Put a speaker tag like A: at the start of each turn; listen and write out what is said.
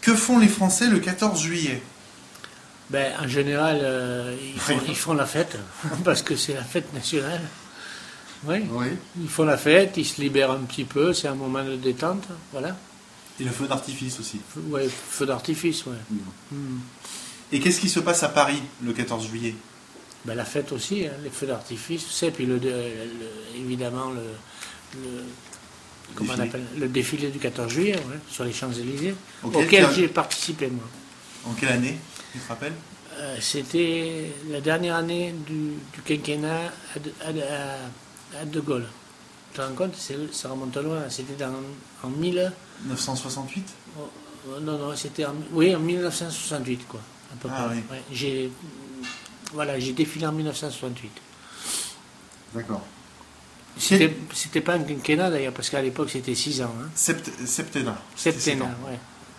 A: Que font les Français le 14 juillet
B: Ben, en général, euh, ils, font, ils font la fête, parce que c'est la fête nationale. Oui,
A: Oui.
B: ils font la fête, ils se libèrent un petit peu, c'est un moment de détente, voilà.
A: Et le feu d'artifice aussi.
B: Feu- Ouais, feu d'artifice, ouais. Hmm.
A: Et qu'est-ce qui se passe à Paris le 14 juillet
B: Ben, la fête aussi, hein, les feux d'artifice, tu sais, puis le, dé- le- évidemment le, le- comment on
A: Défilé.
B: appelle, le défilé du 14 juillet, ouais, sur les Champs-Élysées,
A: Ok,
B: auquel
A: tiens.
B: j'ai participé, moi.
A: En quelle année Tu te rappelles
B: Euh, C'était la dernière année du, du quinquennat à De, à De- à- à De Gaulle. Tu te rends compte, c'est- ça remonte loin, c'était dans- en 1000...
A: 968
B: Oh, oh, Non, non, c'était en, oui, en 1968, quoi. À peu
A: Ah
B: près.
A: oui.
B: Ouais, j'ai, voilà, j'ai défilé en 1968.
A: D'accord.
B: C'était, c'était pas un quinquennat d'ailleurs, parce qu'à l'époque c'était 6 ans. Hein.
A: Septennat. C'était
B: Septennat,
A: sept ans.
B: ouais.